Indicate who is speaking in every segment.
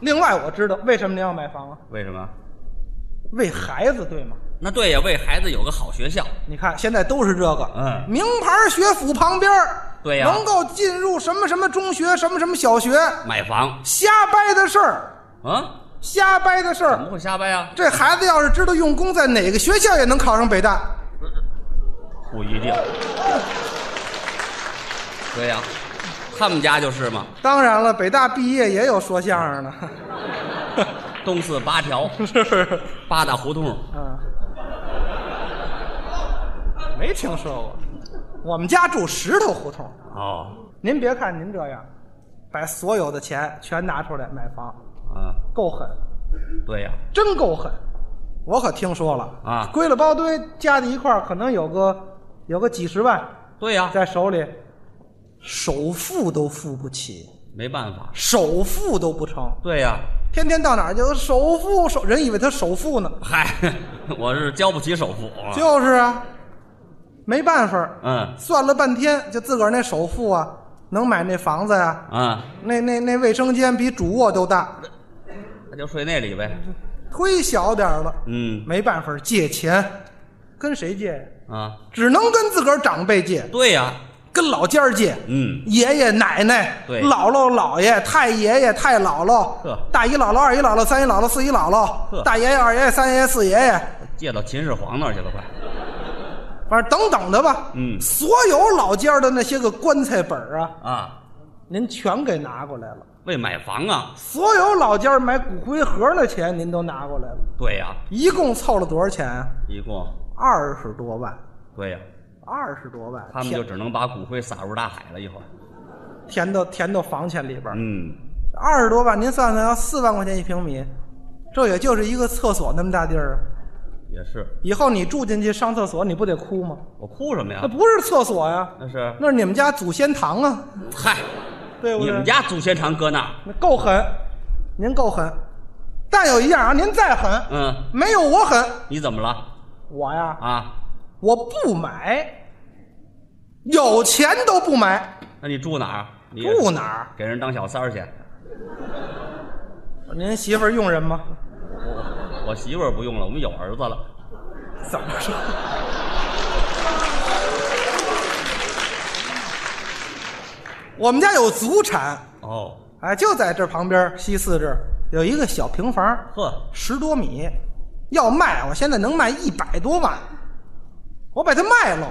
Speaker 1: 另外，我知道为什么您要买房啊？
Speaker 2: 为什么？
Speaker 1: 为孩子，对吗？
Speaker 2: 那对呀，为孩子有个好学校，
Speaker 1: 你看现在都是这个，
Speaker 2: 嗯
Speaker 1: 名牌学府旁边儿
Speaker 2: 对呀
Speaker 1: 能够进入什么什么中学，什么什么小学，
Speaker 2: 买房
Speaker 1: 瞎掰的事儿，
Speaker 2: 啊？
Speaker 1: 瞎掰的事
Speaker 2: 怎
Speaker 1: 儿。
Speaker 2: 么会瞎掰啊？
Speaker 1: 这孩子要是知道用功，在哪个学校也能考上北大。
Speaker 2: 不一定。对呀、他们家就是嘛，
Speaker 1: 当然了，北大毕业也有说相 声的，
Speaker 2: 东四八条，
Speaker 1: 是不是？
Speaker 2: 八大胡同。
Speaker 1: 嗯，没听说过。我们家住石头胡同。
Speaker 2: 哦，
Speaker 1: 您别看您这样，把所有的钱全拿出来买房，
Speaker 2: 啊，
Speaker 1: 够狠，
Speaker 2: 对呀、
Speaker 1: 真够狠。我可听说了
Speaker 2: 啊
Speaker 1: 归了包堆加在一块儿，可能有个有个几十万
Speaker 2: 对呀、
Speaker 1: 在手里，首付都付不起，
Speaker 2: 没办法。
Speaker 1: 首付都不成，
Speaker 2: 对呀、
Speaker 1: 天天到哪儿就首付首，人以为他首付呢，
Speaker 2: 嗨， 我是交不起首付。啊
Speaker 1: 就是啊，没办法儿，
Speaker 2: 嗯
Speaker 1: 算了半天，就自个儿那首付啊，能买那房子呀、
Speaker 2: 啊，
Speaker 1: 那那那卫生间比主卧都大，
Speaker 2: 那就睡那里呗。
Speaker 1: 忒小点儿了，
Speaker 2: 嗯
Speaker 1: 没办法借钱，跟谁借呀？
Speaker 2: 啊，
Speaker 1: 只能跟自个儿长辈借，
Speaker 2: 对呀、
Speaker 1: 跟老家儿借，
Speaker 2: 嗯，
Speaker 1: 爷爷奶奶、
Speaker 2: 对
Speaker 1: 姥姥姥爷、太爷爷太姥姥
Speaker 2: 呵、
Speaker 1: 大姨姥姥、二姨姥姥、三姨姥姥、四姨姥姥、
Speaker 2: 呵
Speaker 1: 大爷爷、二爷爷、三爷爷、四爷爷，
Speaker 2: 借到秦始皇那儿去了，快。
Speaker 1: 反正等等的吧。
Speaker 2: 嗯
Speaker 1: 所有老家儿的那些个棺材本儿啊，
Speaker 2: 啊，
Speaker 1: 您全给拿过来了。
Speaker 2: 为买房啊。
Speaker 1: 所有老家儿买骨灰盒儿的钱您都拿过来了，
Speaker 2: 对呀、
Speaker 1: 一共凑了多少钱啊？
Speaker 2: 一共，
Speaker 1: 二十多万，
Speaker 2: 对呀、
Speaker 1: 二十多万，
Speaker 2: 他们
Speaker 1: 填
Speaker 2: 就只能把骨灰撒入大海了。一会儿，
Speaker 1: 填到填到房钱里边儿。
Speaker 2: 嗯，
Speaker 1: 二十多万，您算算，要四万块钱一平米，这也就是一个厕所那么大地儿啊。
Speaker 2: 也是。
Speaker 1: 以后你住进去上厕所，你不得哭吗？
Speaker 2: 我哭什么呀
Speaker 1: 那？不是厕所呀，
Speaker 2: 那是
Speaker 1: 那是你们家祖先堂啊，
Speaker 2: 嗨，
Speaker 1: 对不
Speaker 2: 你
Speaker 1: 对？
Speaker 2: 们家祖先常搁那儿。
Speaker 1: 那够狠，您够狠，但有一样啊，您再狠，
Speaker 2: 嗯，
Speaker 1: 没有我狠。
Speaker 2: 你怎么了
Speaker 1: 我呀，
Speaker 2: 啊？
Speaker 1: 我不买，有钱都不买，
Speaker 2: 那你住哪儿？啊你也
Speaker 1: 住哪儿？啊
Speaker 2: 给人当小三儿去。
Speaker 1: 您媳妇儿用人吗？
Speaker 2: 我我媳妇儿不用了，我们有儿子了。
Speaker 1: 怎么说？我们家有祖产，
Speaker 2: 哦，
Speaker 1: 哎，就在这旁边儿西四这儿有一个小平房，
Speaker 2: 呵，
Speaker 1: 十多米，要卖，我现在能卖一百多万，我把它卖了，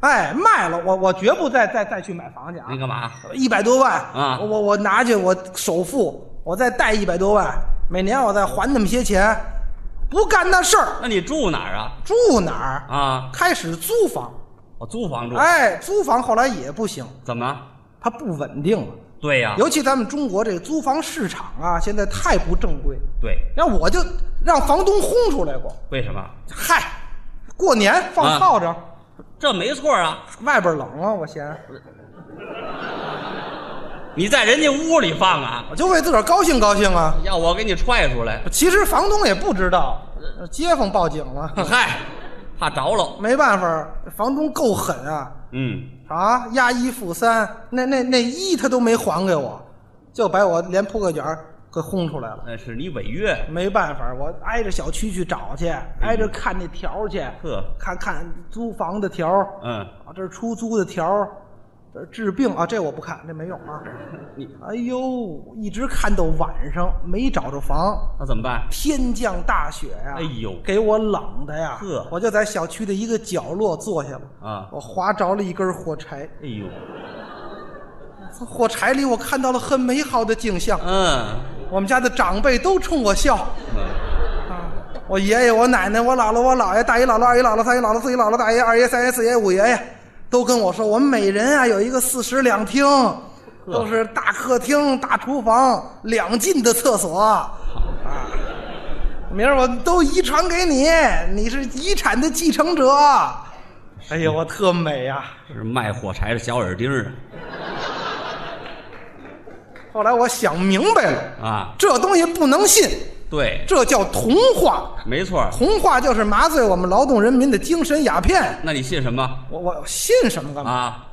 Speaker 1: 哎，卖了，我我绝不再再再去买房去啊
Speaker 2: 您！干嘛？
Speaker 1: 一百多万
Speaker 2: 嗯啊
Speaker 1: 我我拿去，我首付，我再贷一百多万，每年我再还那么些钱，不干那事儿，
Speaker 2: 那你住哪儿啊？
Speaker 1: 住哪儿？
Speaker 2: 啊，
Speaker 1: 开始租房，
Speaker 2: 我租房住。
Speaker 1: 哎，租房后来也不行，
Speaker 2: 怎么？
Speaker 1: 它不稳定了。
Speaker 2: 对呀、
Speaker 1: 尤其咱们中国这个租房市场啊，现在太不正规。
Speaker 2: 对，
Speaker 1: 那我就让房东轰出来过，
Speaker 2: 为什么？
Speaker 1: 嗨，过年放
Speaker 2: 啊
Speaker 1: 炮仗，
Speaker 2: 这没错啊！
Speaker 1: 外边冷啊，我嫌，
Speaker 2: 你在人家屋里放啊，
Speaker 1: 我就为自个儿高兴高兴啊。
Speaker 2: 要我给你踹出来。
Speaker 1: 其实房东也不知道，街坊报警了，
Speaker 2: 嗨，怕着了。
Speaker 1: 没办法，房东够狠啊
Speaker 2: 嗯，
Speaker 1: 啊，押一付三，那那那一他都没还给我，就把我连铺盖卷儿给轰出来了。
Speaker 2: 那是你违约。
Speaker 1: 没办法，我挨着小区去找去，挨
Speaker 2: 嗯
Speaker 1: 着看那条儿去，
Speaker 2: 呵，
Speaker 1: 看看租房的条儿，
Speaker 2: 嗯，
Speaker 1: 啊，这是出租的条儿，这是治病啊，这我不看，这没用啊。
Speaker 2: 你
Speaker 1: 哎呦，一直看到晚上没找着房，
Speaker 2: 那怎么办？
Speaker 1: 天降大雪呀、
Speaker 2: 哎呦
Speaker 1: 给我冷的呀！
Speaker 2: 呵
Speaker 1: 我就在小区的一个角落坐下了，
Speaker 2: 啊，
Speaker 1: 我划着了一根火柴，
Speaker 2: 哎呦，
Speaker 1: 从火柴里我看到了很美好的景象，
Speaker 2: 嗯，
Speaker 1: 我们家的长辈都冲我笑。
Speaker 2: 嗯
Speaker 1: 啊，我爷爷、我奶奶、我姥姥、我姥爷、大姨姥姥、二姨姥姥、三姨姥姥、四姨姥姥、大爷、二爷、三爷、四爷、五爷爷，都跟我说，我们每人啊有一个四室两厅，都是大客厅、大厨房、两进的厕所。啊，明儿我都遗传给你，你是遗产的继承者。哎呀，我特美啊呀、
Speaker 2: 是卖火柴的小耳钉儿
Speaker 1: 后来我想明白了，
Speaker 2: 啊啊，
Speaker 1: 这东西不能信，
Speaker 2: 对，
Speaker 1: 这叫童话。
Speaker 2: 没错儿。
Speaker 1: 童话就是麻醉我们劳动人民的精神鸦片。
Speaker 2: 那你信什么
Speaker 1: 我我信什么干嘛？
Speaker 2: 啊？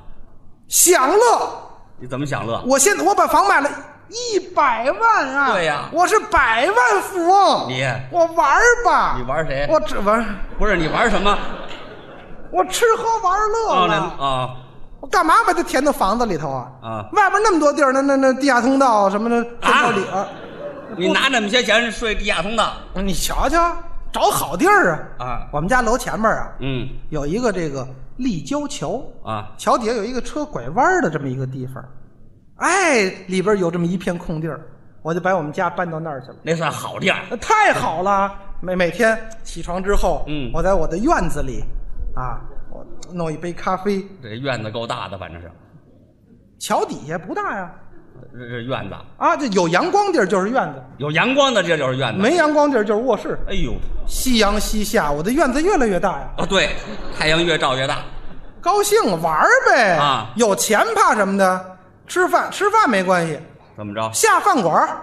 Speaker 1: 享乐！
Speaker 2: 你怎么享乐？
Speaker 1: 我现在我把房卖了，一百万啊！
Speaker 2: 对呀
Speaker 1: 我是百万富翁。
Speaker 2: 你
Speaker 1: 我玩儿吧，
Speaker 2: 你玩谁？
Speaker 1: 我只玩儿，
Speaker 2: 不是你玩什么？
Speaker 1: 我吃喝玩乐了。
Speaker 2: 啊那啊
Speaker 1: 我干嘛把它填到房子里头啊？
Speaker 2: 啊！
Speaker 1: 外边那么多地儿，那那那地下通道什么的，
Speaker 2: 啊
Speaker 1: 天桥里边儿
Speaker 2: 你拿那么些钱睡地下通道？
Speaker 1: 你瞧瞧，找好地儿啊！
Speaker 2: 啊，
Speaker 1: 我们家楼前面啊，
Speaker 2: 嗯
Speaker 1: 有一个这个立交桥，
Speaker 2: 啊，
Speaker 1: 桥底下有一个车拐弯儿的这么一个地方，哎，里边有这么一片空地儿，我就把我们家搬到那儿去了，
Speaker 2: 那算好地儿。
Speaker 1: 那太好了！每每天起床之后，
Speaker 2: 嗯
Speaker 1: 我在我的院子里，啊，我弄一杯咖啡，
Speaker 2: 这院子够大的，反正是，
Speaker 1: 桥底下不大呀，
Speaker 2: 这这院子
Speaker 1: 啊，这有阳光地儿就是院子，
Speaker 2: 有阳光的，这就是院子。
Speaker 1: 没阳光地儿就是卧室。
Speaker 2: 哎呦
Speaker 1: 夕阳西下，我的院子越来越大呀，
Speaker 2: 啊，对，太阳越照越大。
Speaker 1: 高兴玩儿呗
Speaker 2: 啊
Speaker 1: 有钱怕什么的？吃饭吃饭没关系，
Speaker 2: 怎么着？
Speaker 1: 下饭馆儿，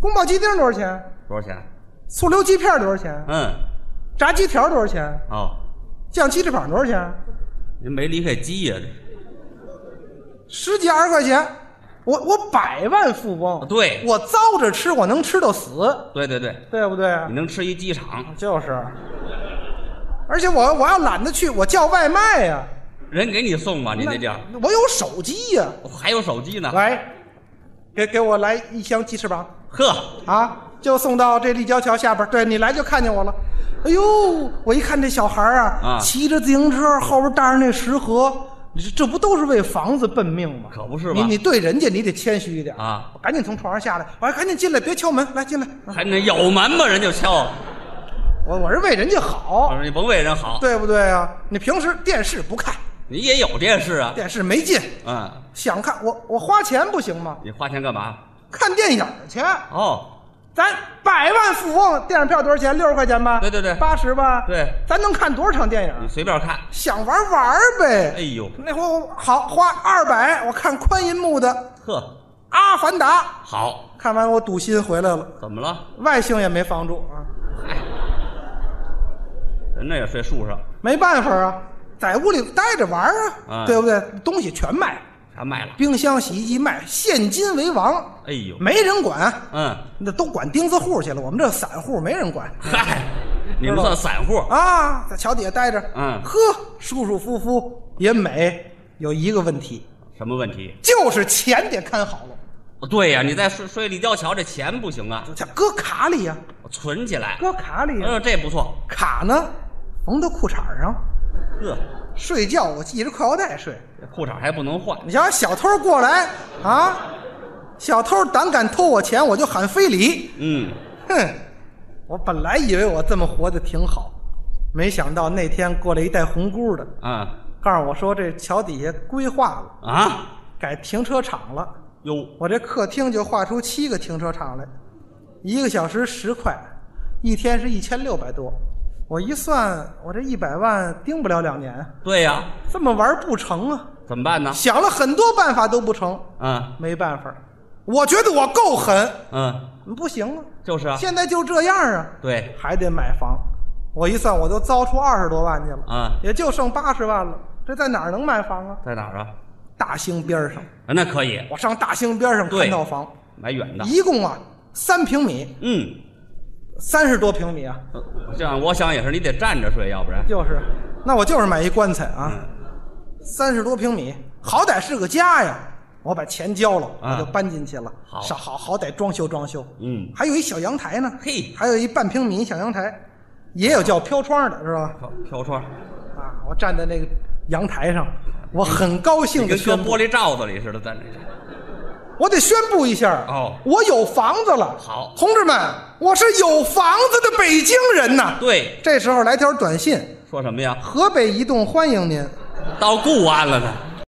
Speaker 1: 宫保鸡丁多少钱？
Speaker 2: 多少钱？
Speaker 1: 醋溜鸡片多少钱？
Speaker 2: 嗯，
Speaker 1: 炸鸡条多少钱？
Speaker 2: 哦，
Speaker 1: 酱鸡翅膀多少钱？
Speaker 2: 您没离开鸡呀、这是
Speaker 1: 十几二十块钱，我我百万富
Speaker 2: 啊
Speaker 1: 翁，
Speaker 2: 对
Speaker 1: 我糟着吃，我能吃到死，
Speaker 2: 对对对，
Speaker 1: 对不对？
Speaker 2: 你能吃一鸡场，
Speaker 1: 就是，而且我我要懒得去，我叫外卖呀、
Speaker 2: 人给你送吧，你
Speaker 1: 那
Speaker 2: 这地儿哦啊
Speaker 1: 我有手机呀、
Speaker 2: 还有手机呢。
Speaker 1: 来，给给我来一箱鸡翅膀
Speaker 2: 呵，
Speaker 1: 啊，就送到这立交桥下边儿。对你来就看见我了。哎呦，我一看这小孩儿啊，
Speaker 2: 啊
Speaker 1: 骑着自行车后边搭上那食盒，你这这不都是为房子奔命吗？
Speaker 2: 可不是
Speaker 1: 你
Speaker 2: 嘛
Speaker 1: 你对人家你得谦虚一点
Speaker 2: 啊！
Speaker 1: 我赶紧从床上下来，我还赶紧进来，别敲门，来进来。啊
Speaker 2: 还那有门吗？人就敲。
Speaker 1: 我我是为人家
Speaker 2: 我
Speaker 1: 好，
Speaker 2: 说你甭为人好，
Speaker 1: 对不对啊？你平时电视不看，
Speaker 2: 你也有电视啊。
Speaker 1: 电视没劲，
Speaker 2: 嗯，
Speaker 1: 想看我我花钱不行吗？
Speaker 2: 你花钱干嘛？
Speaker 1: 看电影去。
Speaker 2: 哦，
Speaker 1: 咱百万富翁电影票多少钱？六十块钱吧？
Speaker 2: 对对对
Speaker 1: 八十吧？
Speaker 2: 对，
Speaker 1: 咱能看多少场电
Speaker 2: 你
Speaker 1: 影？啊
Speaker 2: 随便看。
Speaker 1: 想玩玩儿呗。
Speaker 2: 哎呦，
Speaker 1: 那会儿我好花二百，我看宽银幕的《
Speaker 2: 呵，
Speaker 1: 阿凡达
Speaker 2: 好，》，
Speaker 1: 看完我赌心回来了，
Speaker 2: 怎么了？
Speaker 1: 外星也没防住啊，
Speaker 2: 人那也睡树上，
Speaker 1: 没办法啊，在屋里待着玩儿啊，
Speaker 2: 嗯
Speaker 1: 对不对？东西全卖，
Speaker 2: 全卖了。
Speaker 1: 冰箱、洗衣机卖，现金为王，
Speaker 2: 哎呦，
Speaker 1: 没人管，
Speaker 2: 嗯，
Speaker 1: 那都管钉子户去了，我们这散户没人管。
Speaker 2: 嗨，你们算散户。
Speaker 1: 啊，在桥底下待着，
Speaker 2: 嗯
Speaker 1: 呵，舒舒服服也美。有一个问题，
Speaker 2: 什么问题？
Speaker 1: 就是钱得看好了，
Speaker 2: 哦对呀、你在睡睡立交桥，这钱不行啊，
Speaker 1: 这搁卡里呀、
Speaker 2: 我存起来。
Speaker 1: 搁卡里呀、
Speaker 2: 嗯，这不错。
Speaker 1: 卡呢缝到裤衩上。
Speaker 2: 呵，
Speaker 1: 睡觉我系着裤腰带睡，
Speaker 2: 这裤衩还不能换。
Speaker 1: 你想小偷过来啊，小偷胆敢偷我钱，我就喊非礼。
Speaker 2: 嗯，
Speaker 1: 哼，我本来以为我这么活得挺好，没想到那天过来一带红箍的，
Speaker 2: 啊
Speaker 1: 告诉我说这桥底下规划了，
Speaker 2: 啊，
Speaker 1: 改停车场了。
Speaker 2: 哟，
Speaker 1: 我这客厅就划出七个停车场来，一个小时十块，一天是一千六百多。我一算，我这一百万盯不了两年，
Speaker 2: 对呀、
Speaker 1: 这么玩不成啊！
Speaker 2: 怎么办呢？
Speaker 1: 想了很多办法都不成，
Speaker 2: 嗯
Speaker 1: 没办法，我觉得我够狠，
Speaker 2: 嗯，
Speaker 1: 不行啊！
Speaker 2: 就是啊，
Speaker 1: 现在就这样啊，
Speaker 2: 对，
Speaker 1: 还得买房。我一算，我都糟出二十多万去了，
Speaker 2: 啊，
Speaker 1: 也就剩八十万了。这在哪儿能买房啊？
Speaker 2: 在哪儿啊？
Speaker 1: 大兴边上，
Speaker 2: 啊那可以
Speaker 1: 我上大兴边上看
Speaker 2: 对
Speaker 1: 套房，
Speaker 2: 买远的。
Speaker 1: 一共啊三平米，
Speaker 2: 嗯，
Speaker 1: 三十多平米啊，
Speaker 2: 呃这样我想也是，你得站着睡，要不然
Speaker 1: 就是，那我就是买一棺材啊，
Speaker 2: 嗯
Speaker 1: 三十多平米，好歹是个家呀。我把钱交了，
Speaker 2: 啊
Speaker 1: 我就搬进去了，
Speaker 2: 好
Speaker 1: 少好好歹装修装修，
Speaker 2: 嗯，
Speaker 1: 还有一小阳台呢，
Speaker 2: 嘿
Speaker 1: 还有一半平米小阳台，也有叫飘窗的，知道吧？
Speaker 2: 飘飘窗，
Speaker 1: 啊，我站在那个阳台上，我很高兴
Speaker 2: 嗯你
Speaker 1: 的
Speaker 2: 跟搁
Speaker 1: 宣布
Speaker 2: 玻，璃罩子里似的，在那
Speaker 1: 我得宣布一下，
Speaker 2: 哦
Speaker 1: 我有房子了，
Speaker 2: 好
Speaker 1: 同志们，我是有房子的北京人呐。
Speaker 2: 对，
Speaker 1: 这时候来条短信，
Speaker 2: 说什么呀？
Speaker 1: 河北移动欢迎您。
Speaker 2: 到固安了呢，